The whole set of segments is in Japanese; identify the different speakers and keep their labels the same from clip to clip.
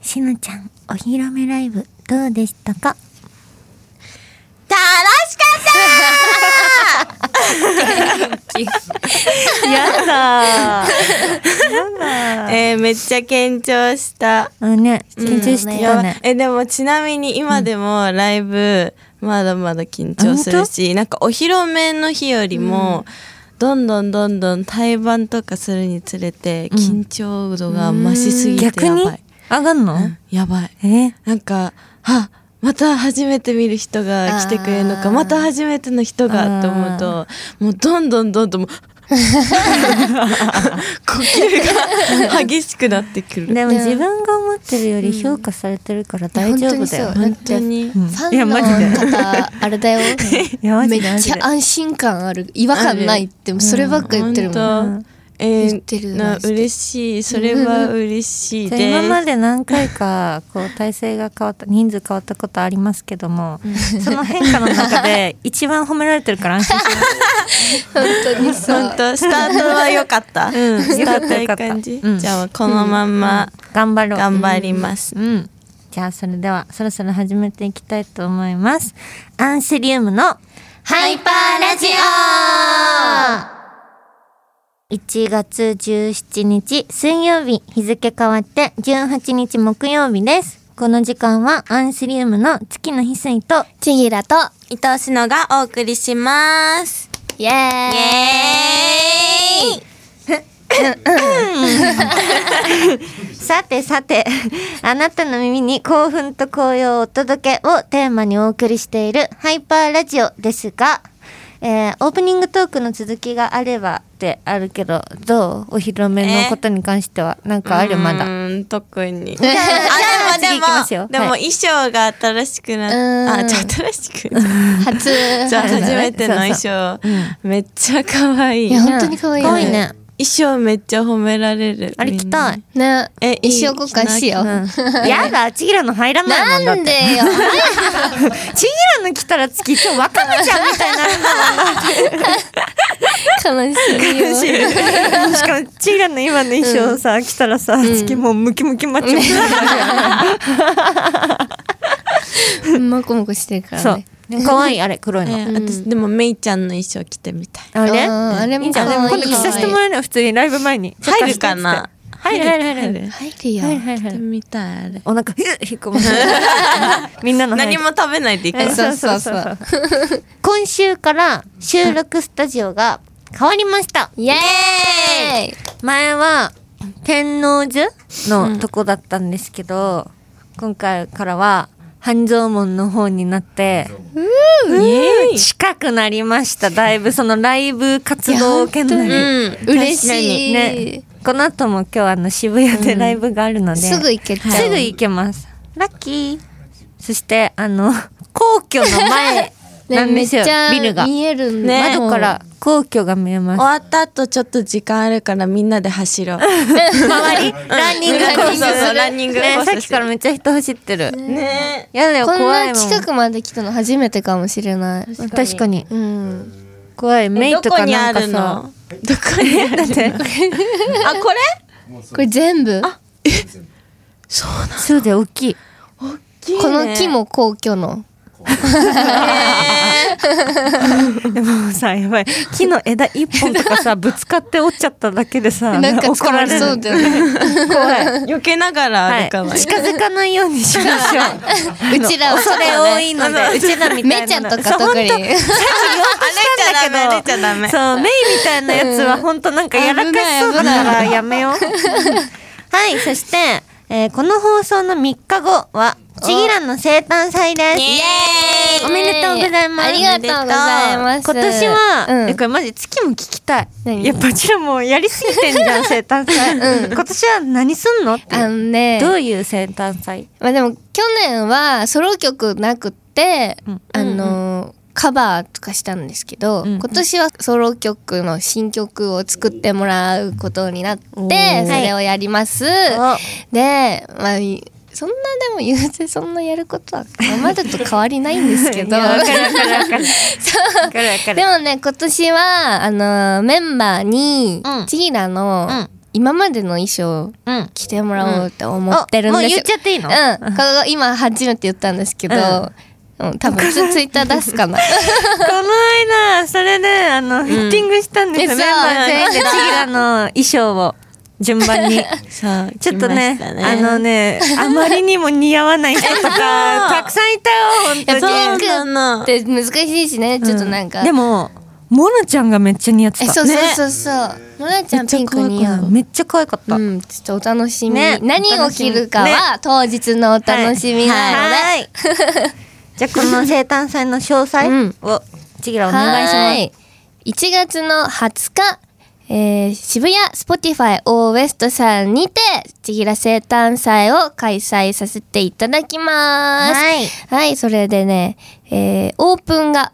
Speaker 1: しのちゃんお披露目ライブどうでしたか
Speaker 2: 楽しかった
Speaker 3: やだ
Speaker 2: ーえーめっちゃ緊張した。
Speaker 1: うんね緊張して
Speaker 2: や
Speaker 1: た
Speaker 2: ば
Speaker 1: ね、
Speaker 2: えでもちなみに今でもライブまだまだ緊張するし、なんかお披露目の日よりも、どんどんどんどん対バンとかするにつれて緊張度が増しすぎてや
Speaker 1: 逆に
Speaker 2: ばい、
Speaker 1: 上がんの、
Speaker 2: うんやばい
Speaker 1: え
Speaker 2: なんかあまた初めて見る人が来てくれるの
Speaker 3: あー
Speaker 2: かまた初めての人がと思うともうどんどんどんどんもう呼吸が 激しくなってくる。
Speaker 1: でも自分が思ってるより評価されてるから大丈夫だよ、
Speaker 3: うんいや
Speaker 2: 本当に
Speaker 1: うん
Speaker 3: ファ
Speaker 1: いや
Speaker 3: ンの
Speaker 1: マジで
Speaker 3: 方あれだよ
Speaker 1: いや マ
Speaker 3: め
Speaker 1: ジで
Speaker 3: っちゃ安心感ある違和感ないってもうそればっか言ってるもん、
Speaker 2: 本当え
Speaker 3: 言ってる
Speaker 2: ー、な嬉しいそれは嬉しい
Speaker 1: じ
Speaker 2: で
Speaker 1: ゃあ
Speaker 2: す
Speaker 1: 今まで何回かこう体制が変わった人数変わったことありますけども、その変化の中で一番褒められてるから安心し
Speaker 3: 本当にさ
Speaker 2: 本当スタートは良かった、うん、スタート
Speaker 1: 良
Speaker 2: 良
Speaker 1: か
Speaker 2: か
Speaker 1: っ良かった
Speaker 2: ったた感じ、
Speaker 1: うん
Speaker 2: じゃあこのまんま
Speaker 1: 頑張ろう
Speaker 2: 頑張ります、
Speaker 1: うんじゃあそれではそろそろ始めていきたいと思いますアンセリウムの
Speaker 3: ハイパーラジ
Speaker 1: 1月17日水曜日日付変わって18日木曜日ですこの時間はアンセリウムの月の翡翠と
Speaker 3: オちぎらと
Speaker 2: 伊藤志乃がお送りします
Speaker 3: イエーイ
Speaker 2: イエーイ
Speaker 1: さてさて あなたの耳に興奮と紅葉をお届けをテーマにお送りしているハイパーラジオですが、えーオープニングトークの続きがあればってあるけどどうお披露目のことに関してはなんかあるまだ、
Speaker 2: うーん特にあ
Speaker 1: あ
Speaker 2: で
Speaker 1: 次行きますよ
Speaker 2: もでも、
Speaker 1: は
Speaker 2: 衣装が新しくな
Speaker 3: うん
Speaker 2: あじゃあ新しくじゃ
Speaker 3: 初
Speaker 2: あじゃあ初めての衣装めっちゃ可愛い
Speaker 3: いや本当に可愛い
Speaker 1: 可愛いね
Speaker 2: 衣装めっちゃ褒められる
Speaker 1: あれ着たい、
Speaker 3: ね
Speaker 2: えいい
Speaker 3: 一生交換しよう、
Speaker 1: うん、やだちぎらの入らないもんだっ
Speaker 3: な
Speaker 1: て
Speaker 3: んでよ
Speaker 1: ちぎらの着たら月今日わかめちゃんみたいになるんだ
Speaker 3: 悲しいよ
Speaker 1: もんしかもちぎらの今の衣装さ、着たらさ月もうムキムキマッチョ
Speaker 3: もこもこしてるか
Speaker 1: そ
Speaker 3: ら
Speaker 1: う
Speaker 3: ね。
Speaker 1: 可愛いあれ黒い
Speaker 2: ね
Speaker 1: の。
Speaker 2: 私でもメイちゃんの衣装着てみたい
Speaker 1: あれ？
Speaker 3: うんあれも
Speaker 1: いいじゃん。
Speaker 3: 可愛い
Speaker 1: 今度着させてもらえない普通にライブ前に。
Speaker 2: 入るかな
Speaker 1: 入る入る入る。
Speaker 3: 入るよ。
Speaker 1: はいはいは
Speaker 2: 着て
Speaker 1: い。
Speaker 2: みたいあれ
Speaker 1: お腹ひゅっ引っ込む。みんなの。
Speaker 2: 何も。食べないでいいか
Speaker 1: え
Speaker 2: ら
Speaker 3: そうそうそう。
Speaker 1: 今週から収録スタジオが変わりました。
Speaker 3: イエーイ
Speaker 1: 前は天王寺のとこだったんですけど、今回からは半蔵門の方になって。
Speaker 2: イエーイ
Speaker 1: 近くなりましただいぶそのライブ活動圏内
Speaker 3: い
Speaker 1: に
Speaker 2: うん
Speaker 3: 嬉しい、
Speaker 1: ね、この後も今日あの渋谷でライブがあるので、
Speaker 3: すぐ行けちゃう。
Speaker 1: すぐ行けますラッキーそしてあの皇居の前
Speaker 3: ね
Speaker 1: なん
Speaker 3: め
Speaker 1: で
Speaker 3: っ
Speaker 1: す
Speaker 3: ち
Speaker 1: よ、
Speaker 3: ゃ
Speaker 1: ビルが、
Speaker 3: 見えるんだ
Speaker 2: ね
Speaker 1: 窓から皇居が見え
Speaker 2: 終
Speaker 1: ます
Speaker 2: わった後ちょっと時間あるからみんなで走ろう
Speaker 1: 周りランニングコース
Speaker 2: そうそうそうランニングコース
Speaker 1: ね、さっきからめっちゃ人走ってる、
Speaker 2: ね
Speaker 1: やだよ
Speaker 3: こん
Speaker 1: 怖い
Speaker 3: な
Speaker 1: もん
Speaker 3: 近くまで来たの初めてかもしれない。
Speaker 1: 確かに
Speaker 3: うん。
Speaker 1: 怖いメイ
Speaker 2: ど
Speaker 1: と
Speaker 2: こ
Speaker 1: か
Speaker 2: に
Speaker 1: な
Speaker 2: あ
Speaker 1: んかさ
Speaker 2: るのどこにあるのあこれ
Speaker 3: これ全部こ
Speaker 2: そう
Speaker 1: そうだよ大きい
Speaker 3: の木も皇居の。
Speaker 1: でもさやばい木の枝一本とかさぶつかって折っちゃっただけでさ
Speaker 3: なんか
Speaker 1: 怒
Speaker 3: 捕
Speaker 1: ら
Speaker 3: ま
Speaker 1: れ
Speaker 3: り
Speaker 1: る
Speaker 3: そうだよね。
Speaker 1: 怖い
Speaker 2: 避けながら歩かない、
Speaker 1: 近づかないようにしましょ う
Speaker 3: うちらは
Speaker 1: 恐れ多いのでうちらみたいな
Speaker 3: めちゃんとか特に。
Speaker 1: そうだ
Speaker 2: 歩いちゃダメ歩いちゃダメ
Speaker 1: そうメイみたいなやつは本当なんかやらかしそうだからやめようはいそして、えーこの放送の3日後はちぎらんの生誕祭です
Speaker 2: イエーイ
Speaker 1: おめでとうございます
Speaker 3: ありがとうございます。
Speaker 1: 今年は、
Speaker 3: うん
Speaker 1: えこれマジ月も聞きたい
Speaker 3: 何
Speaker 1: やっぱうちらもうやりすぎてんじ ゃん生誕祭、
Speaker 3: う
Speaker 1: 今年は何すんのって
Speaker 3: あのね。
Speaker 1: どういう生誕祭
Speaker 3: まあでも去年はソロ曲なくって、
Speaker 1: うん
Speaker 3: あのーカバーとかしたんですけど、
Speaker 1: ん
Speaker 3: 今年はソロ曲の新曲を作ってもらうことになってそれをやります。
Speaker 1: お
Speaker 3: で、まあ、いそんなでも言うてそんなやることは今までと変わりないんですけど
Speaker 1: いやわかるわかるわかるわかるわかる
Speaker 3: でもね今年はあのーメンバーに
Speaker 1: うん
Speaker 3: ちぎらの
Speaker 1: うん
Speaker 3: 今までの衣装を
Speaker 1: うん。
Speaker 3: 着てもらおうと思ってるん
Speaker 1: あもう
Speaker 3: です
Speaker 1: 言
Speaker 3: よ
Speaker 1: っちゃっていいの
Speaker 3: うん、これ今初めて言ったんですけど、うん、多分ツツイッター出 すか
Speaker 1: こ
Speaker 3: な。
Speaker 1: の間、それで、あの、フィッティングしたんですよ。
Speaker 3: えそう
Speaker 1: メンバー全員で、ちぎらの衣装を、順番 に。
Speaker 2: そう
Speaker 1: ちょっとね
Speaker 2: 来ました
Speaker 1: あのね、あまりにも似合わない人と か、たくさんいたよ、本当に。
Speaker 3: いやそう
Speaker 2: ピンクの
Speaker 3: で難しいしね、ちょっとなんか。
Speaker 1: でも、モナちゃんがめっちゃ似合って
Speaker 3: え
Speaker 1: た。
Speaker 3: そうそうそうそう。モナちゃんピンク似合う。
Speaker 1: めっちゃ可愛かった。
Speaker 3: うん、ちょっとお楽しみ。
Speaker 1: ね
Speaker 3: 何を着るかは当日のお楽しみな
Speaker 1: はい。はい じゃあ、この生誕祭の詳細
Speaker 3: うん
Speaker 1: を、ちぎらお
Speaker 3: ので。
Speaker 1: 願いします。
Speaker 3: い。1月の20日、えー、渋谷スポティファイオーウエストさんにて、ちぎら生誕祭を開催させていただきます。
Speaker 1: はい。
Speaker 3: はい、それでね、えーオープンが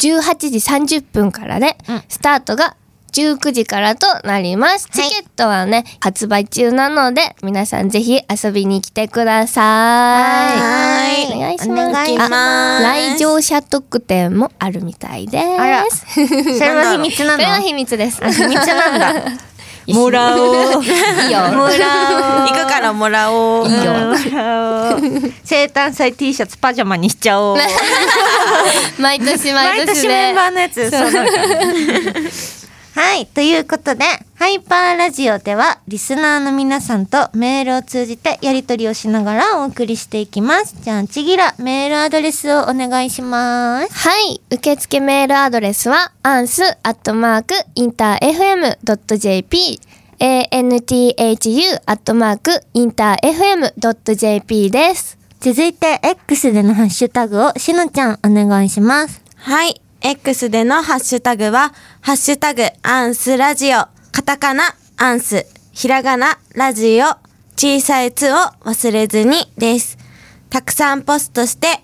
Speaker 3: 18時30分からで、
Speaker 1: うん
Speaker 3: スタートが19時からとなります。チ
Speaker 1: はい
Speaker 3: ケットはね、発売中なので、皆さんぜひ遊びに来てください。
Speaker 1: はい
Speaker 3: お願いします。
Speaker 1: お願いし
Speaker 2: ます
Speaker 3: あ来場者特典もあるみたいです。
Speaker 1: あら
Speaker 3: そ
Speaker 1: それは秘密なの
Speaker 3: れは秘密です。
Speaker 1: あ秘密なんだ。 もらおう。
Speaker 3: いいよ。
Speaker 1: もらおう。
Speaker 2: 行くからもらおう
Speaker 3: いいよ
Speaker 1: もらおう。 生誕祭 T シャツパジャマにしちゃおう。
Speaker 3: 毎年毎
Speaker 1: 毎
Speaker 3: 年
Speaker 1: 年
Speaker 3: ね
Speaker 1: メンバーのやつ。そうなんかはい。ということで、ハイパーラジオでは、リスナーの皆さんとメールを通じてやり取りをしながらお送りしていきます。じゃあ、ちぎら、メールアドレスをお願いします。
Speaker 3: はい。受付メールアドレスは、アンスアットマーク、インター FM.jp、anthu アットマーク、インター FM.jp です。
Speaker 1: 続いて、X でのハッシュタグをしのちゃんお願いします。
Speaker 2: はい。X でのハッシュタグは、ハッシュタグ、アンスラジオ、カタカナ、アンス、ひらがな、ラジオ、小さいつを忘れずにです。たくさんポストして、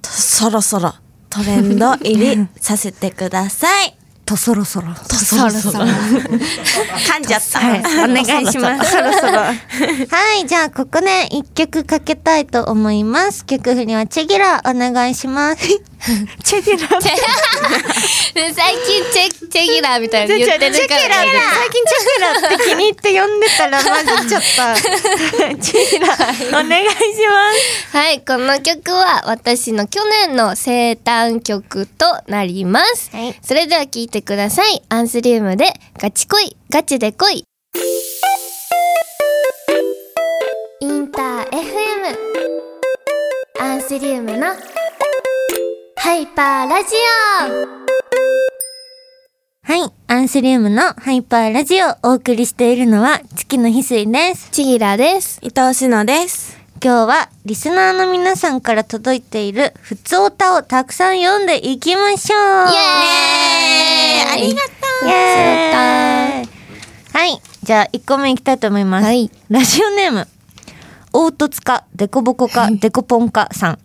Speaker 2: とそろそろトレンド 入りさせてください。
Speaker 1: とそろそろ。
Speaker 2: とそろそろ。噛んじゃった。
Speaker 1: はい、お願いします。 そろそろ。はい、じゃあここで一曲かけたいと思います。曲振りはチェギラお願いします。チェギラ。チェ
Speaker 3: 最近、チェ、チェギラーみたいなの
Speaker 1: ギ
Speaker 3: 言
Speaker 1: ラ
Speaker 3: っ
Speaker 1: って
Speaker 3: て
Speaker 1: 最
Speaker 3: るから、
Speaker 1: 近チェギラって気に入って呼んでたら混ぜちゃ った。チェギラお願いします。
Speaker 3: はい。この曲は、私の去年の生誕曲となります。
Speaker 1: はい
Speaker 3: それでは聴いてください。アンスリウムで、ガチ恋、ガチで恋。インター FM アンスリウムのハイパーラジ
Speaker 1: はい、アンスリウムのハイパーラジオをお送りしているのは月の翡翠です
Speaker 3: オ。ちぎらです。
Speaker 2: 伊藤しのです。
Speaker 1: 今日はリスナーの皆さんから届いているふつおたをたくさん読んでいきましょう
Speaker 3: イ
Speaker 1: エ
Speaker 3: エーイありが
Speaker 1: とうイエーイはいじゃあ1個目いきたいと思います、
Speaker 3: はい
Speaker 1: ラジオネーム凹凸かデコボコ かデコポンかさ ん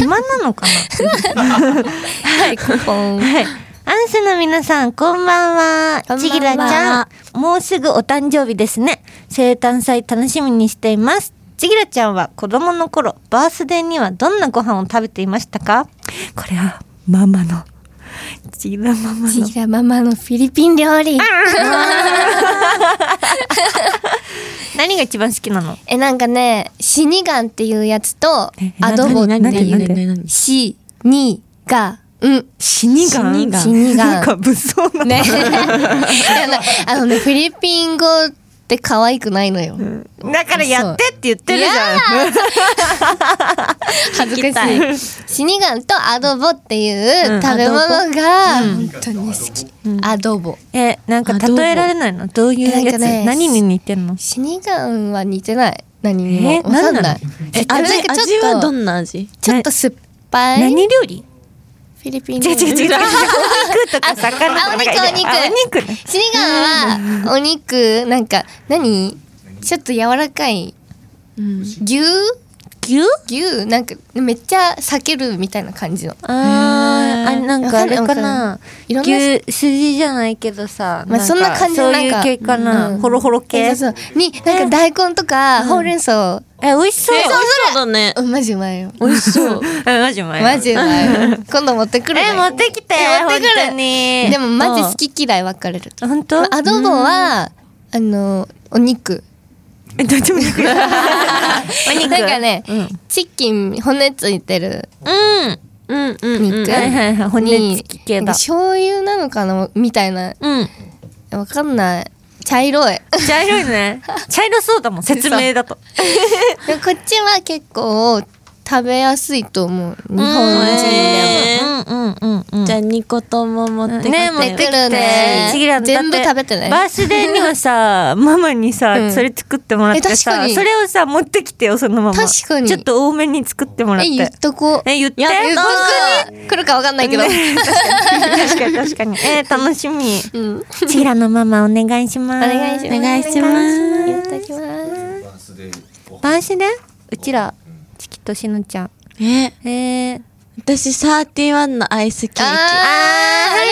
Speaker 1: 暇なのか
Speaker 3: はい、コ
Speaker 1: なはいアンスの皆さんこんばんは
Speaker 3: こんばんは
Speaker 1: ちぎらちゃんもうすぐお誕生日ですね生誕祭楽しみにしていますちぎらちゃんは子供の頃バースデーにはどんなご飯を食べていましたかこれはママのちぎらママ
Speaker 3: ちぎらママのフィリピン料理。
Speaker 1: 何が一番好きなの
Speaker 3: え、なんかね、死にガンっていうやつと
Speaker 1: え、な
Speaker 3: アドボって
Speaker 1: なななんて
Speaker 3: いう、
Speaker 2: 何
Speaker 3: 死にがん。
Speaker 1: 死にが
Speaker 2: 死にが
Speaker 3: 死にが
Speaker 1: なんか物騒な、
Speaker 3: ね。あのあのね、フィリピン語って可愛くないのよ。
Speaker 1: だからやってって言ってるじゃん
Speaker 3: 恥ずか
Speaker 2: 聞
Speaker 3: しい。死にがんとアドボっていううん食べ物が本当に好き。アドボ。
Speaker 1: えなんか例えられないのどういう
Speaker 3: な
Speaker 1: や
Speaker 3: んか
Speaker 1: つ、
Speaker 3: ね
Speaker 1: 何に似てんの
Speaker 3: 死にがんは似てない。何に
Speaker 1: え
Speaker 3: も。わか
Speaker 1: 何
Speaker 3: ん
Speaker 1: な
Speaker 3: な
Speaker 1: の
Speaker 3: い。
Speaker 2: え、
Speaker 3: あ
Speaker 2: 味
Speaker 3: なんかちょっと
Speaker 2: 味はどんな味
Speaker 3: ちょっと酸っぱい。
Speaker 1: 何料理
Speaker 3: フィリピン
Speaker 1: 違う
Speaker 3: 料 理
Speaker 1: 違う違う違うお肉とか魚とか
Speaker 3: あお肉
Speaker 1: なんかあお
Speaker 3: お肉
Speaker 1: 肉ね
Speaker 3: 死にがんはお肉、なんか、何ちょっと柔らかい。牛
Speaker 1: 牛
Speaker 3: 牛なんかめっちゃ避けるみたいな感じの。
Speaker 1: あーあなんかあれ
Speaker 3: わ
Speaker 1: か
Speaker 3: かんない
Speaker 1: な
Speaker 3: わかんないいろんな
Speaker 1: 牛筋じゃないけどさ
Speaker 3: まあ
Speaker 1: か
Speaker 3: そんな感じ
Speaker 1: そう
Speaker 3: なん
Speaker 1: いう
Speaker 3: か
Speaker 1: 系かな、
Speaker 3: うん
Speaker 1: ホロホロ系
Speaker 3: えそうそうになんか大根とかほうれん草、
Speaker 1: え美味しそう
Speaker 2: え、美味しそうだね。
Speaker 3: うん、マジうまいよ
Speaker 2: 美味しそう。
Speaker 1: え マジうまい
Speaker 3: マジうまいよ今度持ってくるね
Speaker 1: え持ってきて
Speaker 3: え持ってくる
Speaker 1: 本当に
Speaker 3: でもマジ好き嫌い分かれる
Speaker 1: 本当
Speaker 3: アドボはあのお肉
Speaker 2: えどっちも 肉
Speaker 1: お肉
Speaker 3: なんかね、
Speaker 1: うん
Speaker 3: チキン骨ついてる
Speaker 1: うん
Speaker 2: うんうん
Speaker 3: 肉、
Speaker 1: はいはいはい骨付き系
Speaker 3: なんか
Speaker 1: だ
Speaker 3: 醤油なのかなみたいな
Speaker 1: うん
Speaker 3: わかんない茶色い
Speaker 1: 茶色いね 茶色そうだもん説明だと
Speaker 3: でもこっちは結構食べやすいと思う日本人で
Speaker 1: うんうんうんうん
Speaker 2: じゃあ2個とも持ってきて
Speaker 1: ね持
Speaker 3: も
Speaker 1: ってきて
Speaker 3: くるね
Speaker 1: ちぎらんだって
Speaker 3: 全部食べてね
Speaker 1: バースデーにはさママにさ、
Speaker 3: うん
Speaker 1: それ作ってもらって
Speaker 3: え確
Speaker 1: さ
Speaker 3: かに
Speaker 1: それをさ持ってきてよそのまま
Speaker 3: 確かに
Speaker 1: ちょっと多めに作っても
Speaker 3: も
Speaker 1: らっ
Speaker 3: え
Speaker 1: て
Speaker 3: 言っとこう
Speaker 1: え言って
Speaker 2: やった
Speaker 1: 本
Speaker 3: 本当に来るかわかんないけど、
Speaker 1: ね確かに確かに確かにえー、楽しみ
Speaker 3: うん、お
Speaker 1: ちぎらのママお願いします
Speaker 3: 願いします
Speaker 2: お願いします
Speaker 3: いただきます
Speaker 4: バースデーお
Speaker 1: バースデーうちらチキとしのちゃん
Speaker 2: え
Speaker 1: えー、
Speaker 2: 私31のアイスケーキ
Speaker 3: あーあれ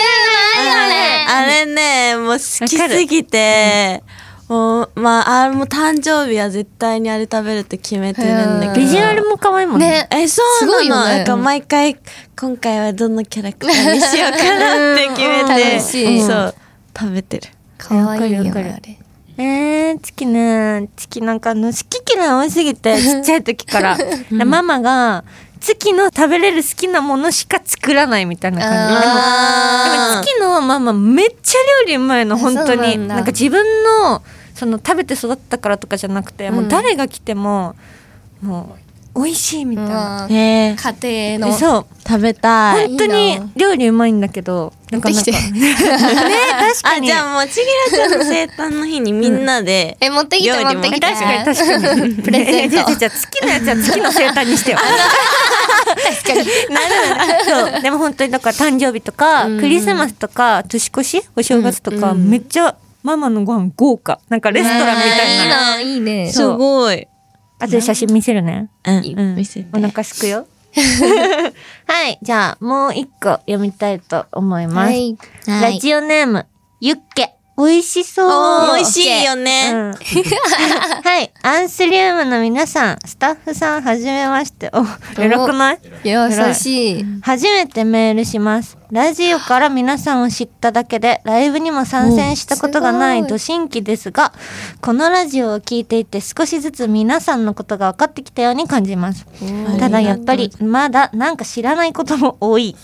Speaker 3: ないよね
Speaker 2: あれね、もう好きすぎて、もう、まあ、あれも誕生日は絶対にあれ食べるって決めてるんだけど。
Speaker 1: ビジュアルも可愛いもんね
Speaker 3: ね
Speaker 2: え、そう
Speaker 3: すご
Speaker 2: なの、
Speaker 3: いよね
Speaker 2: なんか毎回、今回はどのキャラクターにしようかなって決め
Speaker 3: うん
Speaker 2: て、
Speaker 3: 楽しい
Speaker 2: そう、食べてる。
Speaker 3: 可愛いよね
Speaker 1: わかるわか
Speaker 3: あれ
Speaker 1: えー、チキね、チキなんかあの、好き嫌い多すぎて、ちっちゃい時から。ママが、月の食べれる好きなものしか作らないみたいな感じ。でも
Speaker 3: あー
Speaker 1: 月のママめっちゃ料理うまいの、本当
Speaker 3: そうな
Speaker 1: に。
Speaker 3: んだ
Speaker 1: なんか自分の、その食べて育ったからとかじゃなくて、もう誰が来ても、もう、美味しいみたいな。
Speaker 3: まあ
Speaker 2: えー、
Speaker 3: 家庭の
Speaker 1: そう。
Speaker 2: 食べたい。
Speaker 1: 本当に料理うまいんだけど、なかなか。
Speaker 3: 持
Speaker 1: ね
Speaker 3: ってき、、
Speaker 1: 確か
Speaker 2: あ、
Speaker 1: に。
Speaker 2: じゃあもう、ちぎらちゃんの生誕の日にみんなで
Speaker 3: え持ってきて
Speaker 2: 料理
Speaker 3: 持
Speaker 2: も
Speaker 3: ってきて
Speaker 1: 確かに確かに。
Speaker 3: プ
Speaker 1: いやい
Speaker 3: レゼント
Speaker 1: やいやいや月のやつは月の生誕に してよ。
Speaker 3: 確かに
Speaker 1: なるほどそうでも本当にだから誕生日とか、
Speaker 3: うん
Speaker 1: クリスマスとか年越しお正月とか、
Speaker 2: うん
Speaker 1: めっちゃママのご飯豪華なんかレストランみたいな、
Speaker 3: いいのいいね
Speaker 1: そ
Speaker 2: す
Speaker 1: う
Speaker 2: ごい。
Speaker 1: あとで写真見せるね、
Speaker 2: う、
Speaker 1: うんん、
Speaker 2: 見せて
Speaker 1: お。腹すくよ はいじゃあもう一個読みたいと思います、
Speaker 3: はい
Speaker 2: はい
Speaker 1: ラジオネームユッケ美味しそう
Speaker 2: おー美味しいよね。
Speaker 1: うんはい。アンスリウムの皆さん、スタッフさん、はじめまして。お、偉くない
Speaker 3: 優しい
Speaker 1: 初めてメールしますラジオから皆さんを知っただけでライブにも参戦したことがな
Speaker 3: お
Speaker 1: い
Speaker 3: すご
Speaker 1: ド新規ですがこのラジオを聞いていて少しずつ皆さんのことが分かってきたように感じますただやっぱりまだなんか知らないことも多い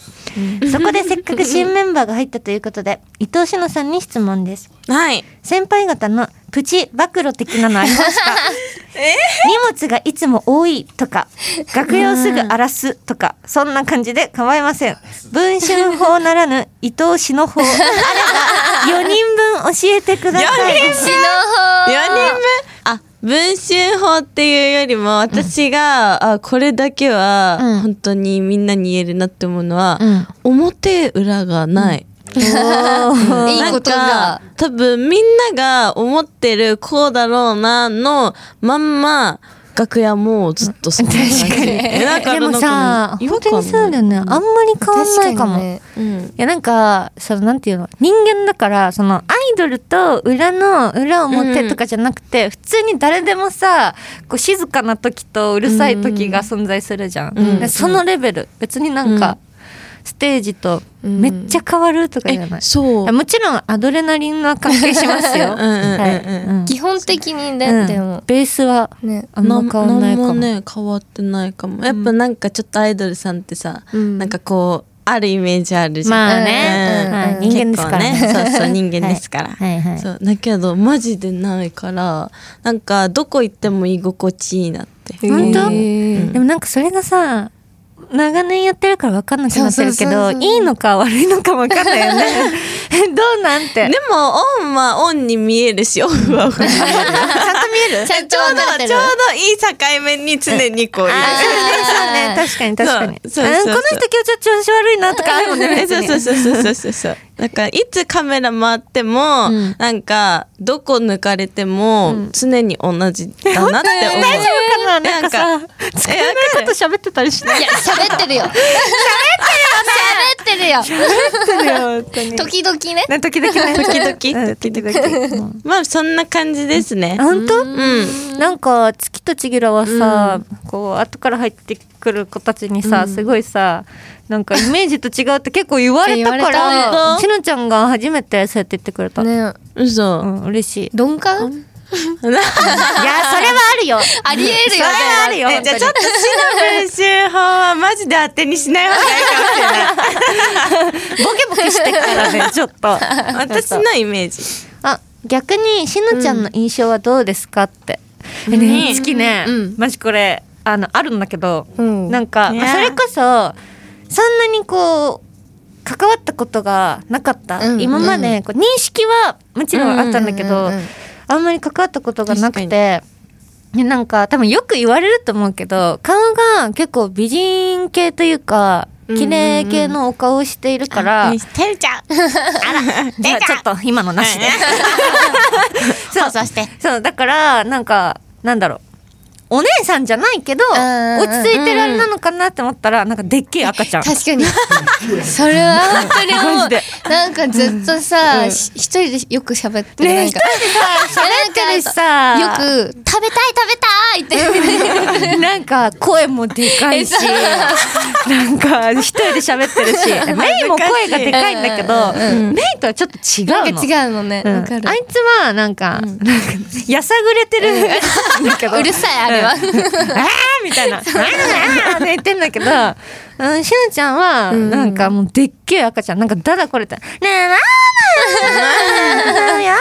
Speaker 1: そこでせっかく新メンバーが入ったということで伊藤志乃さんに質問です
Speaker 2: はい。
Speaker 1: 先輩方のプチ暴露的なのありますか荷物がいつも多いとか学用すぐ荒らすとかそんな感じで構いません文春法ならぬ伊藤氏の法あれば4人分教えてください
Speaker 3: 死の
Speaker 2: 4人分あ文春法っていうよりも私が、あこれだけ
Speaker 1: うん
Speaker 2: は本当にみんなに言えるなって思うのは、
Speaker 1: うん
Speaker 2: 表裏がない。
Speaker 3: 方いい
Speaker 2: なん
Speaker 3: こと
Speaker 2: か
Speaker 3: だ
Speaker 2: 多分みんなが思ってるこうだろうなのまんま楽屋もずっとそんな感じ。えなんか
Speaker 1: でも
Speaker 2: な
Speaker 1: さ
Speaker 2: んか違
Speaker 1: 本
Speaker 2: 和感
Speaker 1: 当にそうだよねあんまり変わんないかも
Speaker 3: ね
Speaker 2: うん
Speaker 1: いやなんかそのなんていうの人間だからそのアイドルと裏の裏表とかじゃなくて、普通に誰でもさこう静かな時とうるさい時が存在するじゃん、
Speaker 2: うん
Speaker 1: でそのレベル別になんか、ステージとめっちゃ変わるとかじゃない
Speaker 2: え、そう。
Speaker 1: もちろんアドレナリンは関係しますよ
Speaker 2: うんうんうんうん
Speaker 1: はいん
Speaker 3: 基本的に
Speaker 1: う
Speaker 3: ね
Speaker 1: ん
Speaker 3: でも
Speaker 1: ベースは
Speaker 3: ね
Speaker 1: あんま変わんないかも
Speaker 2: んもね変わってないかもやっぱなんかちょっとアイドルさんってさ、
Speaker 3: うん
Speaker 2: なんかこうあるイメージあるじゃん、
Speaker 1: まあ
Speaker 2: う
Speaker 1: ね、
Speaker 2: ん
Speaker 1: はい
Speaker 3: うん
Speaker 1: 人間ですからね
Speaker 2: 結構そうそう人間ですから、
Speaker 1: はいはいはい
Speaker 2: そうだけどマジでないからなんかどこ行っても居心地いいなって
Speaker 1: 本当
Speaker 3: へー
Speaker 1: でもなんかそれがさ長年やってるから分かんなくなってるけ
Speaker 3: そうそう
Speaker 1: ど
Speaker 3: そうそう
Speaker 1: いいのか悪いのか分かんないよねどうなんて
Speaker 2: でもオンはオンに見えるしオフはオフに見える
Speaker 3: ちゃ
Speaker 2: ち
Speaker 3: んと
Speaker 2: ょう
Speaker 3: 分
Speaker 2: ど
Speaker 3: かってる
Speaker 2: ちょうどいい境目に常にこういる
Speaker 1: あーそうねそうね確かに確かに
Speaker 2: そうそうそうそう
Speaker 1: あこの人今日ちょっと調子悪いなとかあるもんね別
Speaker 2: そう
Speaker 1: に
Speaker 2: そうそうそうそうそう。だからいつカメラ回っても、
Speaker 1: うん
Speaker 2: なんかどこ抜かれても、常に同じだなって思
Speaker 1: 大丈夫
Speaker 2: う。
Speaker 1: かななんか
Speaker 2: な
Speaker 1: さ 机の上と喋ってたりしない
Speaker 3: いや喋ってるよ喋ってるよね喋ってるよ
Speaker 1: 本当に
Speaker 3: 時々ね
Speaker 1: ね時々ね
Speaker 2: 時々
Speaker 1: 時々うん
Speaker 2: まあそんな感じですね。
Speaker 1: 本当
Speaker 2: うん。
Speaker 1: なんか月とちぎらはさ、こう後から入ってくる子たちにさ、すごいさなんかイメージと違うって結構言われたか
Speaker 3: え言われ
Speaker 1: ら
Speaker 2: た
Speaker 1: しのちゃんが初めてそうやって言ってくれた、
Speaker 3: ね
Speaker 2: 嘘、
Speaker 1: うん嬉 しいいや
Speaker 3: 鈍感
Speaker 1: それはあるよ
Speaker 3: ありえるよね
Speaker 1: それはあるよ
Speaker 2: えじゃあちょっと死の文集法はマジで当てにしない方がいい
Speaker 1: ボケボケしてからね ちょっと
Speaker 2: かも私のイメージ
Speaker 1: あ逆にしのちゃんの印象はどうですかって、えね
Speaker 2: うん
Speaker 1: 好きね、
Speaker 3: うん
Speaker 1: マジこれあのあるんだけど、
Speaker 3: うん
Speaker 1: なんか、
Speaker 2: ね
Speaker 1: まあそれこそそんなにこう関わったことがなかった、
Speaker 3: うん
Speaker 1: 今までこう認識はもちろんあったんだけど、
Speaker 3: うんうんうん
Speaker 1: あんまり関わったことがなく
Speaker 2: 確
Speaker 1: て。でなんか多分よく言われると思うけど顔が結構美人系というか
Speaker 3: うんうん
Speaker 1: 綺麗系のお顔をしているから、
Speaker 2: てるちゃんあら
Speaker 1: じゃあちょっと今のなしで。 そう
Speaker 3: そうして
Speaker 1: そうだからなんかなんだろうお姉さんじゃないけど
Speaker 3: んうんうん
Speaker 1: 落ち着いてるあれなのかなって思ったらなんかでっけえ赤ちゃん。
Speaker 3: 確かにそれは本当に思
Speaker 1: マ
Speaker 3: う
Speaker 1: ジで
Speaker 3: なんかずっとさ、し一人でよく喋ってる、
Speaker 1: ね
Speaker 3: なんか
Speaker 1: さ 喋ってるしさ
Speaker 3: よく 「食べたい食べたい!」って
Speaker 1: なんか声もでかいしなんか一人で喋って るしメイも声がでかいんだけ
Speaker 3: う
Speaker 1: どメイとはちょっと違
Speaker 3: な
Speaker 1: うんの。
Speaker 3: か違うのね
Speaker 1: う
Speaker 3: わ、
Speaker 1: ん
Speaker 3: かる
Speaker 1: あいつはなんか、なんかやさぐれてるんだけど
Speaker 3: うるさいあれ は、
Speaker 1: あーみたいな、あーって言ってんだけど、うん、しのちゃんは、なんかもうでっけえ赤ちゃん、なんかダダこれて、ねえ、なーなーやだ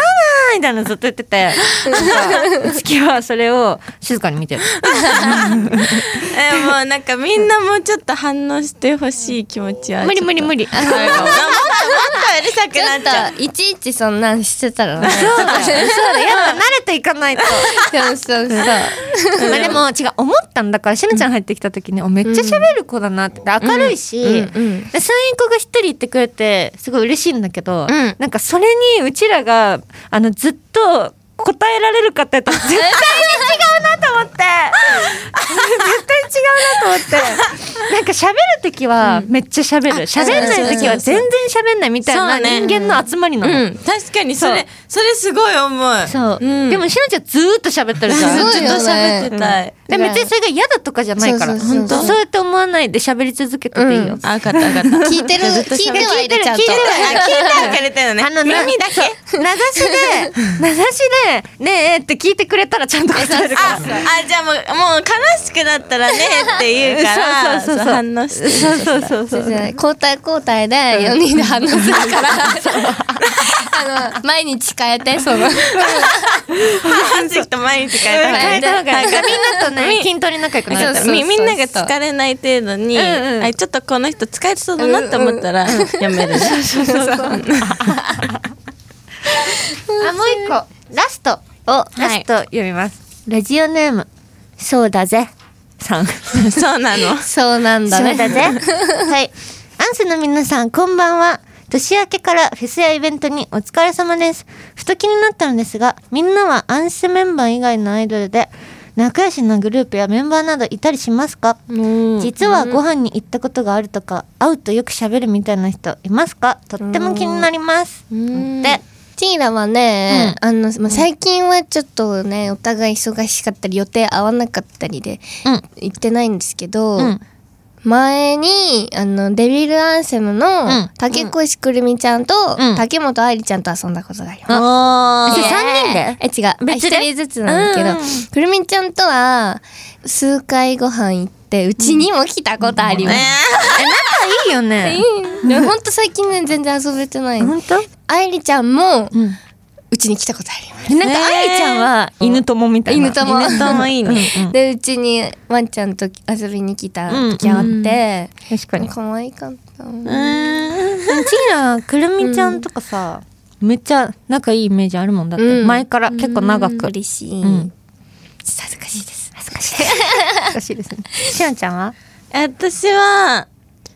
Speaker 1: ーみたいなのずっと言ってて、なんか、月はそれを静かに見てる。
Speaker 2: えもうなんかみんなもうちょっと反応してほしい気持ちは
Speaker 1: 無理無理無理。
Speaker 2: あるかももっともっとうるさく
Speaker 3: ち
Speaker 2: なっちゃう
Speaker 3: ょっといちいちそんなんしてたらね
Speaker 1: そうだよ、そうだよ、やっぱ慣れていかないと。
Speaker 3: そうそうそう
Speaker 1: まあでも違う思ったんだからしのちゃん入ってきた時に、おめっちゃ喋る子だなって明るいし、
Speaker 3: うんうん
Speaker 1: でそういう子が一人いてくれてすごい嬉しいんだけど、
Speaker 3: ん
Speaker 1: なんかそれにうちらがあのずっと答えられるかって言ったら絶対に違うなと思って 絶対違うなと思ってなんか喋る時はめっちゃ喋る喋、んない時は全然喋んないみたいな
Speaker 2: そうね
Speaker 1: 人間の集まりなの。
Speaker 2: うん確かにそれ
Speaker 1: そう
Speaker 2: それすごい重い
Speaker 1: そう、
Speaker 2: ん
Speaker 1: でもしのちゃんずーっと喋ってるじゃん
Speaker 3: すごいよね
Speaker 2: ずっと喋ってたい
Speaker 1: で別にそれが嫌だとかじゃないから
Speaker 3: そうそうそう
Speaker 1: 本当そうやって思わないで喋り続けてていいよ、
Speaker 2: あ分かった分かった
Speaker 3: 聞いてる
Speaker 2: ずっと
Speaker 3: 聞
Speaker 2: 喋って
Speaker 3: いてはいるちゃん
Speaker 1: 聞
Speaker 3: と
Speaker 1: いてる
Speaker 2: あ聞いてはくれたよね
Speaker 1: あのな
Speaker 2: 耳だけ
Speaker 1: 名指し で名指しで「ねえ」って聞いてくれたらちゃんと答えるから
Speaker 2: あじゃあもうもう悲しくなったらねって言うから
Speaker 1: そうそうそうそう
Speaker 2: 反応して
Speaker 1: そうそうそうそう
Speaker 3: そう交代交代で4人で話すから あの毎日変えてそ の
Speaker 2: 半日と毎日変
Speaker 1: 変
Speaker 2: え
Speaker 1: え
Speaker 2: た
Speaker 1: た
Speaker 2: 方
Speaker 1: 方が
Speaker 2: が
Speaker 1: い
Speaker 2: い
Speaker 1: い
Speaker 2: い
Speaker 1: みんなとね筋トレ仲良くな
Speaker 3: そう
Speaker 1: る
Speaker 3: そう
Speaker 2: みみんなが疲れない程度に、
Speaker 1: うんうん
Speaker 2: あちょっとこの人疲れてそうだなって思ったらやめる、
Speaker 1: あもう一個ラストを
Speaker 2: い
Speaker 1: ラスト読みます、ラジオネームそうだぜさん
Speaker 2: そうな の
Speaker 3: そうなんだね
Speaker 1: そうだぜ。 はい。アンスの皆さん、こんばんは。年明けからフェスやイベントにお疲れ様です。ふと気になったのですが、みんなはアンスメンバー以外のアイドルで、仲良しなグループやメンバーなどいたりしますか、実はご飯に行ったことがあるとか、会うとよく喋るみたいな人いますかとっても気になります。で、
Speaker 3: ティーラはね、あのまあ最近はちょっとねお互い忙しかったり予定合わなかったりで
Speaker 1: うん。
Speaker 3: 行ってないんですけど、
Speaker 1: うん
Speaker 3: 前にあのデビルアンセム
Speaker 1: うん
Speaker 3: の竹越くるみちゃんと、
Speaker 1: うん
Speaker 3: 竹本愛理ちゃんと遊んだことがあり
Speaker 1: あ
Speaker 3: ます。イエーイ
Speaker 1: 3人で
Speaker 3: え違う
Speaker 1: 別で
Speaker 3: 一人ずつなんだけど、
Speaker 1: うんうん
Speaker 3: くるみちゃんとは数回ご飯行ってうちにも来たことあります、
Speaker 1: 仲いいよね。
Speaker 3: でもほんと最近ね全然遊べてない
Speaker 1: ほんと
Speaker 3: 愛理ちゃんも
Speaker 1: うん。
Speaker 3: うちに来たことあり
Speaker 1: な
Speaker 3: ます
Speaker 1: んか、愛ちゃんは犬友みたいな。
Speaker 3: 犬友
Speaker 2: ネタもいいね
Speaker 3: でうちにワンちゃんと遊びに来た時あって、
Speaker 1: 確かに。
Speaker 3: 可愛かった、
Speaker 1: ちいらくるみちゃんとかさ、めっちゃ仲いいイメージあるもんだって、
Speaker 3: うん
Speaker 1: 前から結構長く、
Speaker 3: 嬉しい、
Speaker 1: うん
Speaker 3: 恥ずかしいです
Speaker 1: 恥ずかしい恥ずかしいですね しのちゃんは
Speaker 2: 私は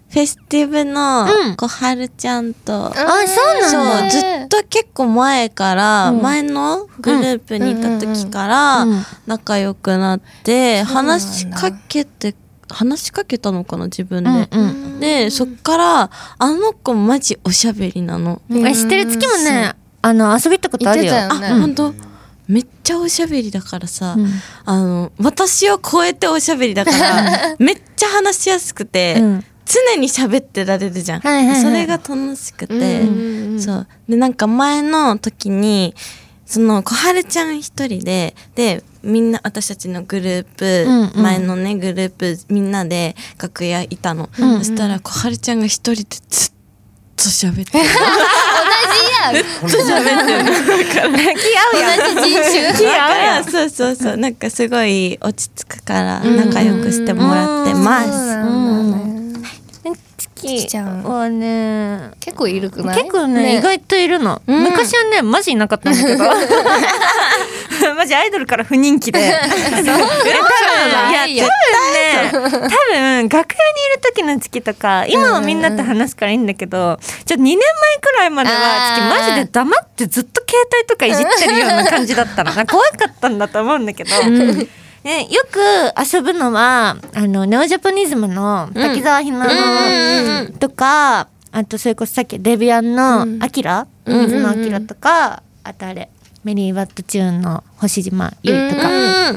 Speaker 2: フェスティブ
Speaker 1: う
Speaker 2: の
Speaker 1: ん
Speaker 2: 小春ちゃん
Speaker 1: あ
Speaker 2: と、
Speaker 1: そうな
Speaker 2: そ
Speaker 1: んだ
Speaker 2: うずっと結構前から、前のグループにいた時から
Speaker 1: うんうんうん
Speaker 2: 仲良くなって、話し
Speaker 3: だ
Speaker 2: かけて話しかけたのかな自分で、
Speaker 1: うん
Speaker 2: でそっからあの子マジおしゃべりなの、
Speaker 1: うんえ知ってる月もねあの遊び行ったことあるよ
Speaker 3: 行ってたよね
Speaker 2: あ本当めっちゃおしゃべりだからさ、
Speaker 1: うん
Speaker 2: あの私を超えておしゃべりだから めっちゃ話しやすくて、
Speaker 1: うん
Speaker 2: 常に喋ってられるじゃん、
Speaker 1: はいはいはい
Speaker 2: それが楽しくて、
Speaker 3: うんうんうん
Speaker 2: そうでなんか前の時にその小春ちゃん一人ででみんな私たちのグループ、
Speaker 1: うんうん
Speaker 2: 前のねグループみんなで楽屋いたの、
Speaker 1: んうん
Speaker 2: そしたら小春ちゃんが一人でずっと喋 ってる
Speaker 3: 同
Speaker 2: ずっと喋ってる
Speaker 1: 気合うやん。
Speaker 3: じやん同じ人種
Speaker 2: だからそうそうそうなんかすごい落ち着くから仲良くしてもらってます、
Speaker 3: そうなんだね
Speaker 1: 月
Speaker 3: ちゃん
Speaker 1: はね、
Speaker 3: 結構いるくない
Speaker 1: 結構ね意外といるの、
Speaker 2: うん
Speaker 1: 昔はねマジいなかったんだけどマジアイドルから不人気でそういや
Speaker 3: ないよ
Speaker 1: 多分ね多分楽屋にいる時の月とか今はみんなと話すからいいんだけど、ちょっと2年前くらいまで
Speaker 3: あ
Speaker 1: は
Speaker 3: ー
Speaker 1: 月マジで黙ってずっと携帯とかいじってるような感じだったのなんか怖かったんだと思うんだけど、ね、よく遊ぶのはあのネオジャパニズムの滝沢ひなの、とかあとそれこそさっきデビアンのアキラ、水野アキラとか、あとあれメリー・ワットチューンの星島ゆいとか、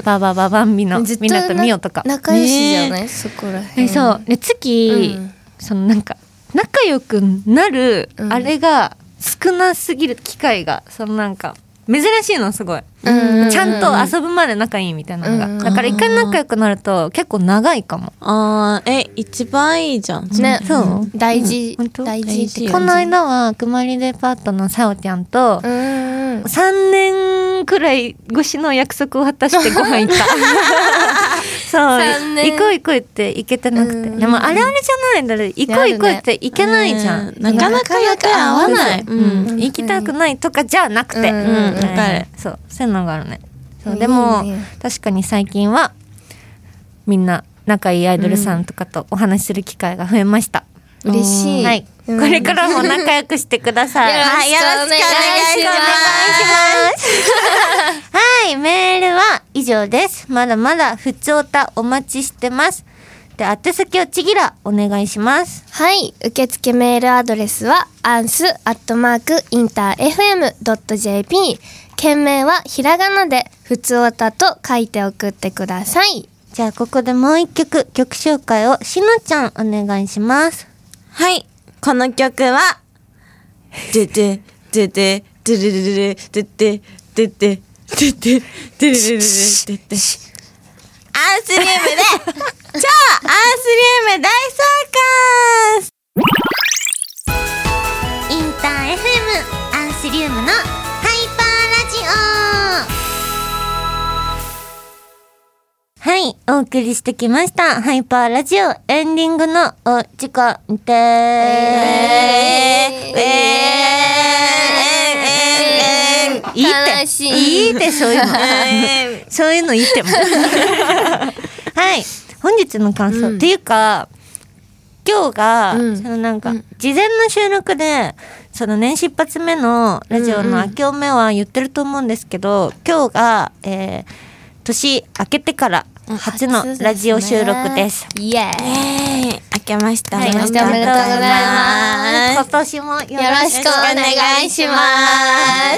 Speaker 1: バーバーババンビの
Speaker 3: ずっと
Speaker 1: みなとみおとか。
Speaker 3: 仲良しじゃない、そこらへ
Speaker 1: え
Speaker 3: ん
Speaker 1: そうで月、
Speaker 3: うん
Speaker 1: そのなんか仲良くなる
Speaker 3: うん
Speaker 1: あれが少なすぎる機会がそのなんか珍しいのすごい、
Speaker 3: うん
Speaker 1: ちゃんと遊ぶまで仲いいみたいなのが、
Speaker 3: うん
Speaker 1: だから一回仲良くなると結構長いかも。
Speaker 2: あーえ一番いいじゃん
Speaker 3: ね
Speaker 1: そう
Speaker 3: 大事、
Speaker 1: うん本当
Speaker 3: 大事
Speaker 2: 大
Speaker 3: って
Speaker 2: 事
Speaker 1: こ
Speaker 3: 感
Speaker 1: の間はくまりデパートのさおちゃんと
Speaker 3: じうんうん
Speaker 1: 3年くらい越しの約束を果たしてご飯 行ったそう
Speaker 3: 三年
Speaker 1: 行こう行こうって行けてなくて
Speaker 3: うん
Speaker 1: でもあれあれじゃないんだろ行こう行こうって行けないじゃん、
Speaker 2: うんなかなか予定合わない、
Speaker 1: う
Speaker 2: うん
Speaker 1: ん行きたくないとかじゃなくて、
Speaker 3: うん
Speaker 1: うん
Speaker 2: うんわかる
Speaker 1: そうそういうのがあるねそう
Speaker 3: いい
Speaker 1: でも
Speaker 3: ね
Speaker 1: 確かに最近はみんな仲いいアイドルさんとかとお話しする機会が増えました、
Speaker 3: 嬉しい、
Speaker 1: はい、
Speaker 3: うん
Speaker 1: これからも仲良くしてください。
Speaker 3: よろしく
Speaker 1: はい、
Speaker 3: お願いし
Speaker 1: ます。はい、メールは以上です。まだまだ普通おたお待ちしてます。で、宛先をちぎらお願いします。
Speaker 3: はい受付メールアドレスはアンスアットマークインター FM.jp 件名はひらがなで「ふつおた」と書いて送ってください
Speaker 1: じゃあここでもう一曲曲紹介をしのちゃんお願いします。
Speaker 2: はいこの曲は「でてでてでれれれれでてでてでてでれれれれでて」アンスリウムで超アンスリウム大サーカス
Speaker 1: インター FM アンスリウムのハイパーラジオはい、お送りしてきました。ハイパーラジオエンディングのお時間で
Speaker 3: え
Speaker 1: えー
Speaker 3: ー
Speaker 1: えーえーえーえーいいって
Speaker 3: 悲しい
Speaker 1: いいってそういうの。そういうのいい っても。はい。本日の感想、
Speaker 3: うん
Speaker 1: っていうか、今日が、
Speaker 3: うん
Speaker 1: そのなんか、事前の収録で、その年始一発目のラジオの明けおめは言ってると思うんですけど、今日が、えー年明けてから初のラジオ収録です。
Speaker 3: イエーイ
Speaker 2: えー、明けましておめでとうござい
Speaker 3: 明けましておめでとうござい
Speaker 2: ます
Speaker 1: 今年もよ
Speaker 3: よろしくお願いしま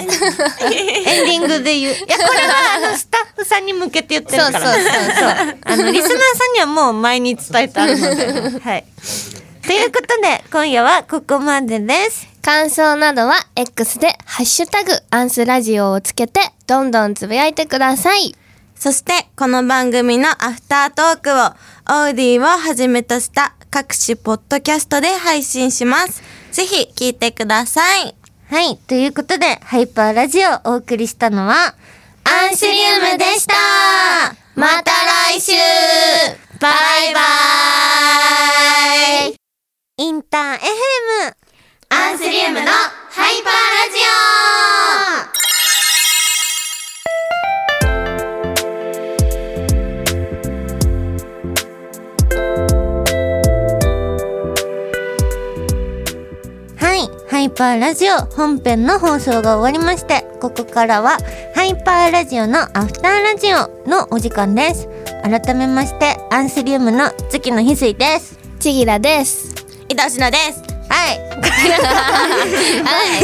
Speaker 3: す。
Speaker 1: エンディングで言う。いや、これはあのスタッフさんに向けて言ってるから。
Speaker 3: そうそうそうそう
Speaker 1: あの、リスナーさんにはもう前に伝えてあるので。はい。ということで、今夜はここまでです。
Speaker 3: 感想などは X でハッシュタグアンスラジオをつけてどんどんつぶやいてください。
Speaker 2: そして、この番組のアフタートークを、オーディをはじめとした各種ポッドキャストで配信します。ぜひ、聞いてください。
Speaker 1: はい。ということで、ハイパーラジオをお送りしたのは、アンシリウムでした
Speaker 3: また来週
Speaker 1: バイ
Speaker 3: イ
Speaker 1: バ
Speaker 3: バ
Speaker 1: イインター FM
Speaker 3: アンスリウム
Speaker 1: ハイパーラ
Speaker 3: の
Speaker 1: ジオはい。ハイパーラジオ本編の放送が終わりまして、ここからは、ハイパーラジオのアフターラジオのお時間です。改めまして、アンスリウムの月野翡翠です。
Speaker 3: ちぎらです。
Speaker 2: 伊藤しのです。
Speaker 1: はいは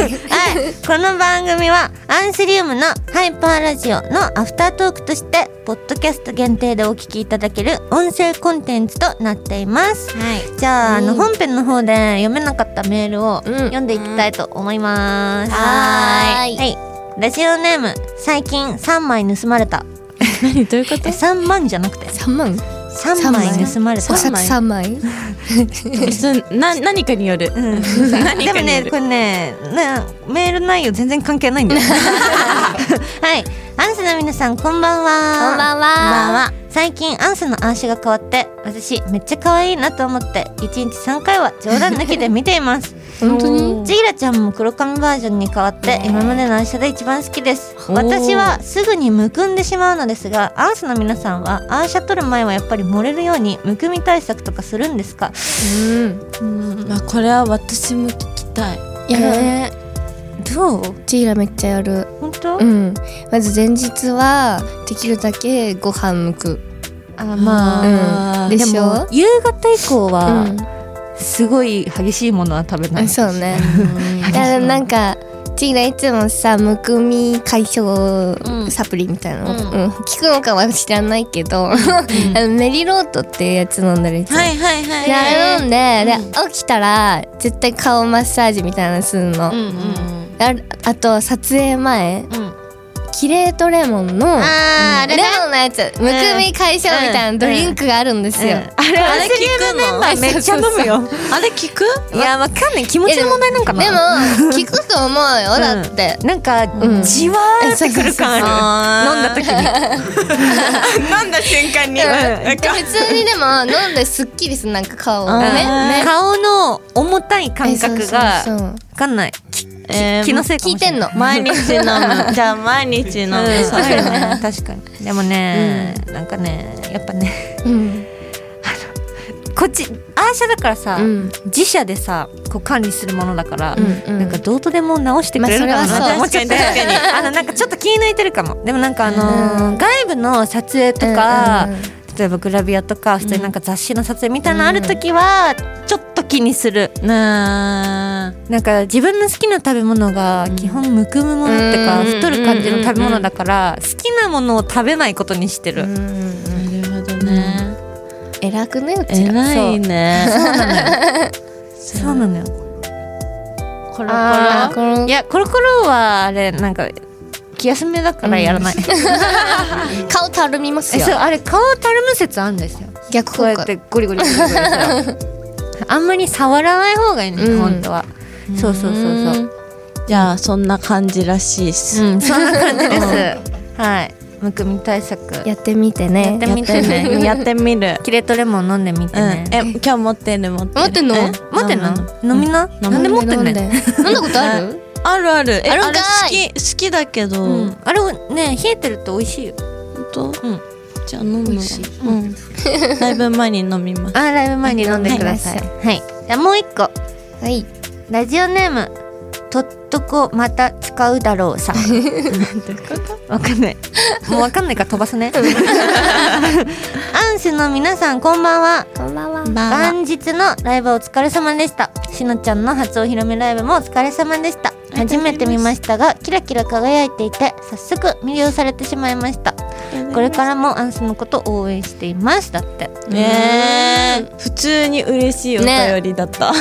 Speaker 1: い、はい、この番組はアンセリウムのハイパーラジオのアフタートークとしてポッドキャスト限定でお聞きいただける音声コンテンツとなっています
Speaker 4: はい。
Speaker 1: じゃあ,、
Speaker 3: うん
Speaker 1: あの本編の方で読めなかったメールを
Speaker 3: うん
Speaker 1: 読んでいきたいと思います、
Speaker 3: はーい
Speaker 1: はいラジオネーム最近3枚盗まれた
Speaker 2: 何どういうこ
Speaker 1: え
Speaker 2: と
Speaker 1: 3万じゃなくて
Speaker 3: 三万
Speaker 1: 3枚盗まれた
Speaker 3: お札三枚
Speaker 2: それな何かによる。
Speaker 1: うん、
Speaker 2: 何
Speaker 1: で
Speaker 2: か
Speaker 1: も
Speaker 2: によ
Speaker 1: ね
Speaker 2: る
Speaker 1: こ。れねなメール内容全然関係ないんだよ はいアンスの皆さんこんばんは
Speaker 3: こんばんは
Speaker 1: こんばんは最近アンスの暗視が変わって私めっちゃ可愛いなと思って1日3回は冗談抜きで見ています
Speaker 3: 本当に
Speaker 1: ちぎらちゃんも黒髪バージョンに変わって今までの暗視で一番好きです
Speaker 2: おー
Speaker 1: 私はすぐにむくんでしまうのですがアンスの皆さんはアーシャ取る前はやっぱり漏れるようにむくみ対策とかするんですか
Speaker 3: うん
Speaker 2: まあこれは私も聞きたい。
Speaker 3: やる
Speaker 1: えーどう
Speaker 3: ジーラめっちゃやる
Speaker 1: 本当、
Speaker 3: うんまず前日はできるだけご飯むく
Speaker 1: あまあ、
Speaker 2: あー
Speaker 3: うんでしょ
Speaker 1: 夕方以降は
Speaker 3: うん
Speaker 1: すごい激しいものは食べない、
Speaker 3: そうね
Speaker 1: ん
Speaker 3: いやでもなんかちいらいつもさむくみ解消
Speaker 1: うん
Speaker 3: サプリみたいなの、
Speaker 1: うん
Speaker 3: うん聞くのかは知らないけど、あのメリロートっていうやつ飲んだり
Speaker 2: はいはいは
Speaker 3: であれ飲んで,、で起きたら絶対顔マッサージみたいなのするの、
Speaker 1: うん
Speaker 3: ああと撮影前キレートレモンのレ
Speaker 1: あーあれね
Speaker 3: モンのやつむくみ解消みたいなドリンクがあるんです
Speaker 1: あ
Speaker 3: よ、
Speaker 1: れ
Speaker 2: あれ
Speaker 1: 忘れ
Speaker 2: 聞くの
Speaker 1: メンバーめっちゃ飲むよ
Speaker 2: あれ聞く？
Speaker 1: いやわかんない気持ちの問題なんかな
Speaker 3: でも聞くと思うよ、だって
Speaker 1: なんか、
Speaker 3: ん
Speaker 1: じわーってくる感ある飲んだ
Speaker 2: 飲んだ瞬間に。
Speaker 3: うんで普通にでも飲んですっきりするなんか顔を
Speaker 1: 時に、
Speaker 3: ね
Speaker 2: ね
Speaker 1: 顔の重たい感覚が
Speaker 3: えそうそうそう
Speaker 1: わかんない
Speaker 2: えー
Speaker 1: 気のせいか
Speaker 3: 聞い
Speaker 1: もしてれなんい
Speaker 2: 毎日飲
Speaker 3: の
Speaker 2: む。じゃあ毎日飲む。
Speaker 1: うん
Speaker 2: そ
Speaker 1: そうう
Speaker 2: だ
Speaker 1: よ
Speaker 2: ね
Speaker 1: ね確かにでもね、なんかねやっぱね
Speaker 3: うん
Speaker 1: こっちアーシャだからさ、
Speaker 3: うん
Speaker 1: 自社でさこう管理するものだから、
Speaker 3: うんうん
Speaker 1: なんかどうとでも直してくれるか
Speaker 3: ま
Speaker 1: な
Speaker 3: あそれは
Speaker 1: と思っちゃって、
Speaker 2: そう確かに 確
Speaker 1: あのなんかちょっと気抜いてるかもでもなんかあのー
Speaker 3: うん
Speaker 1: 外部の撮影とか、
Speaker 3: うんうんうん
Speaker 1: 例えばグラビアとか普通になんか雑誌の撮影みたいなのある時はちょっと気にする、
Speaker 2: なあ。
Speaker 1: なんか自分の好きな食べ物が基本むくむものってか、
Speaker 2: うん
Speaker 1: 太る感じの食べ物だから好きなものを食べないことにしてる、
Speaker 2: なるほどね。
Speaker 3: 偉くねうちら
Speaker 2: 偉いね。
Speaker 1: そうなのよ
Speaker 2: コロコロ。
Speaker 3: あーこの
Speaker 1: いやコロコロはあれなんか気休めだからやらない、
Speaker 3: 顔たるみます
Speaker 1: え
Speaker 3: よ
Speaker 1: そうあれ顔たるむ説あるんですよ
Speaker 3: 逆
Speaker 1: こう
Speaker 3: 効
Speaker 1: やっ
Speaker 3: 果
Speaker 1: てゴリゴリゴリゴリさあんまり触らない方がいいね、
Speaker 3: うん
Speaker 1: 本当はそうそうそうそう。
Speaker 2: じゃあそんな感じらしいっす。
Speaker 1: うんそんな感じですはいむくみ対策
Speaker 3: やってみてね
Speaker 1: やってみてね
Speaker 2: やってみる。
Speaker 1: キレートレモン飲んでみて
Speaker 2: うん。
Speaker 1: ね、
Speaker 2: え今日持ってる持ってる。
Speaker 3: 持ってんの
Speaker 2: う
Speaker 1: 持ってんの飲みな、
Speaker 2: 飲む
Speaker 1: なんで持ってん
Speaker 3: 飲
Speaker 1: ねん
Speaker 3: んで飲んだことあ る
Speaker 2: あるある。え
Speaker 3: あるん
Speaker 2: あれ
Speaker 3: か
Speaker 2: 好
Speaker 3: い
Speaker 2: き好きだけど。
Speaker 1: う
Speaker 2: 本
Speaker 1: ん、あれね冷えてると美味しいよ
Speaker 2: 当。
Speaker 1: うん
Speaker 2: じゃあ飲む
Speaker 3: 美
Speaker 2: わ
Speaker 3: 味しい。
Speaker 2: うん。だいぶ前に飲みます。
Speaker 1: あライブ前に飲んでくださいはいじゃあもう一個
Speaker 3: はい
Speaker 1: ラジオネームとっとこまた使うだろうさんわかんないもうわかんないから飛ばすねアンスの皆さんこんばんは
Speaker 3: こんばんは
Speaker 2: バン
Speaker 1: 元日のライブお疲れ様でしたしのちゃんの初お披露目ライブもお疲れ様でした
Speaker 2: りが
Speaker 1: 初
Speaker 2: とうございます
Speaker 1: めて見ましたがキラキラ輝いていて早速魅了されてしまいました これからもアンスのこと応援していますだって
Speaker 2: ねえ普通に嬉しいお便りだった。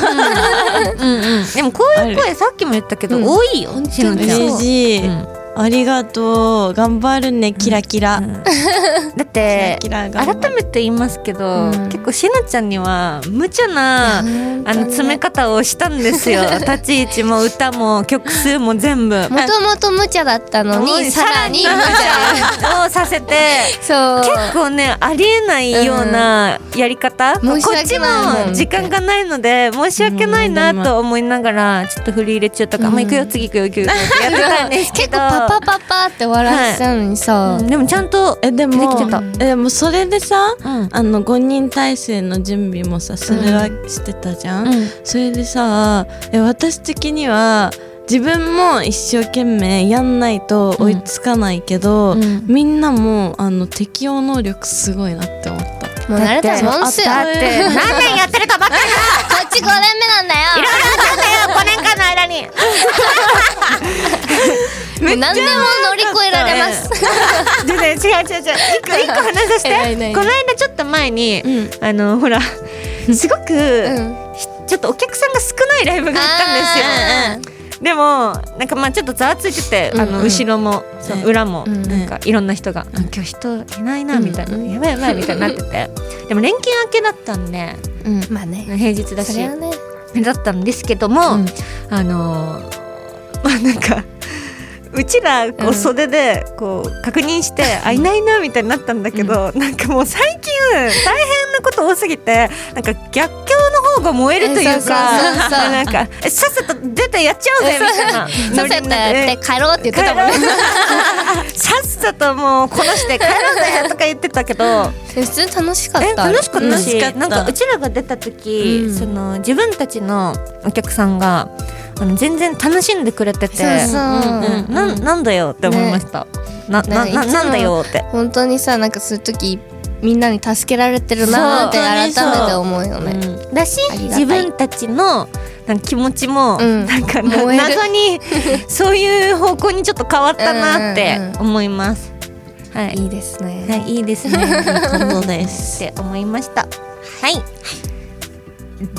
Speaker 1: でもこういう声さっきも言ったけど
Speaker 2: うん
Speaker 1: 多いよしのちゃん
Speaker 2: 嬉しい。
Speaker 1: うん
Speaker 2: ありがとう。頑張るねキラキラ。
Speaker 1: だって
Speaker 2: キラキラ
Speaker 1: 改
Speaker 2: 頑張る
Speaker 1: めて言いますけど
Speaker 3: うん
Speaker 1: 結構しのちゃんには無茶な
Speaker 3: 本当
Speaker 1: あ
Speaker 3: ね
Speaker 1: の詰め方をしたんです よ立ち位置も歌も曲数も全部
Speaker 3: もともと無茶だったのにさらに無茶
Speaker 1: 茶をさせて
Speaker 3: そう
Speaker 1: 結構ねありえないようなやり方、
Speaker 3: ん申し
Speaker 1: こっ
Speaker 3: 訳
Speaker 1: ち
Speaker 3: ないもん
Speaker 1: も時間がないので申し訳ないなと思いながらちょっと振り入れ中とか、もう行くよ次行くよ行くよってやってたんですけ
Speaker 3: 結
Speaker 1: ど
Speaker 3: 構パパパパって笑わせたのに さ
Speaker 1: うんでもちゃんと
Speaker 2: えでも
Speaker 1: できてた
Speaker 2: えでもそれでさ、
Speaker 1: うん
Speaker 2: あの5人体制の準備もさそれはしてたじゃん、
Speaker 1: うん
Speaker 2: それでさえ私的には自分も一生懸命やんないと追いつかないけど、
Speaker 1: うん
Speaker 2: みんなもあの適応能力すごいなって思った。
Speaker 3: もう慣れたもんっ
Speaker 1: だ
Speaker 3: す
Speaker 1: って
Speaker 3: よ
Speaker 1: 何年やってる出たばっかりだ
Speaker 3: こっち5年目なんだ
Speaker 1: いろい
Speaker 3: よ
Speaker 1: ろあったんだよ5年間の間に
Speaker 3: もう何でも乗り越えられます
Speaker 1: ちょっと違う違う違う一個 一個話させ
Speaker 3: 偉い
Speaker 1: て
Speaker 3: ね
Speaker 1: この間ちょっと前に、
Speaker 2: うん
Speaker 1: あのほらすごく、
Speaker 3: うん
Speaker 1: ひちょっとお客さんが少ないライブがあったんですよでもなんかまあちょっとざわついてて、あ
Speaker 2: うん
Speaker 1: の
Speaker 2: うん
Speaker 1: 後ろもその裏も、
Speaker 3: うん
Speaker 1: なんかいろんな人が、あ今日人いないなみたいな、やばいやばいみたいになっててでも連休明けだったんで
Speaker 3: うんまあね
Speaker 1: 平日だし
Speaker 3: それはね
Speaker 1: だったんですけども、
Speaker 2: うん
Speaker 1: あの ーまあなんかうちらこ
Speaker 3: う
Speaker 1: うん袖でこう確認 して、あいないなみたいになったんだけど、なんかもう最近大変なこと多すぎてなんか逆境の方が燃えるというか
Speaker 3: えそうそうそうそう
Speaker 1: なんかえさっさと出てやっちゃおうぜみたいな
Speaker 3: さっさとやって帰ろうって言ってたもんね
Speaker 1: さっさともうこなして帰ろうぜとか言ってたけど。
Speaker 3: 普通に楽しかった
Speaker 1: え楽しかったし、
Speaker 2: 楽しかった
Speaker 1: なんかうちらが出た時、
Speaker 2: うん
Speaker 1: その自分たちのお客さんがあの全然楽しんでくれてて
Speaker 3: そうそう
Speaker 1: うんうんなんなんだよって思いました、なな
Speaker 3: ね
Speaker 1: ない
Speaker 3: つも
Speaker 1: なんだよって
Speaker 3: 本当にさなんかそういう時みんなに助けられてるなーって
Speaker 2: そう本
Speaker 3: 改
Speaker 2: 当にそう
Speaker 3: めて思うよね
Speaker 1: うんだし
Speaker 3: ありがた
Speaker 1: 自
Speaker 3: い
Speaker 1: 分たちのなんか気持ちも、
Speaker 3: うん
Speaker 1: なんかな
Speaker 3: 燃える
Speaker 1: 謎 にそういう方向にちょっと変わったなって
Speaker 3: うんうんう
Speaker 1: 思います。はい
Speaker 3: いいですね
Speaker 1: はい、いいですね。感動 です。って思いました。はい。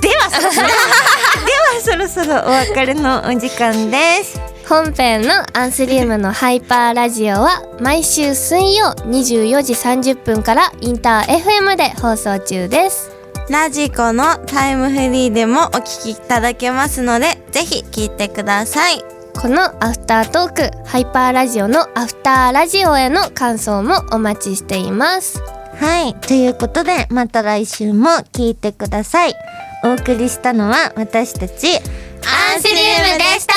Speaker 1: ではそろ そろではそろそろお別れのお時間です。
Speaker 3: 本編のアンスリウムのハイパーラジオは毎週水曜24時30分からインター FM で放送中です
Speaker 2: ラジコのタイムフリーでもお聞きいただけますので、ぜひ聞いてください。
Speaker 3: このアフタートークハイパーラジオのアフターラジオへの感想もお待ちしています
Speaker 1: はい、ということでまた来週も聞いてください。お送りしたのは私たち
Speaker 3: アンスリウムでした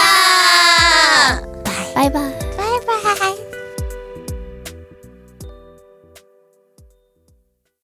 Speaker 3: バイバイ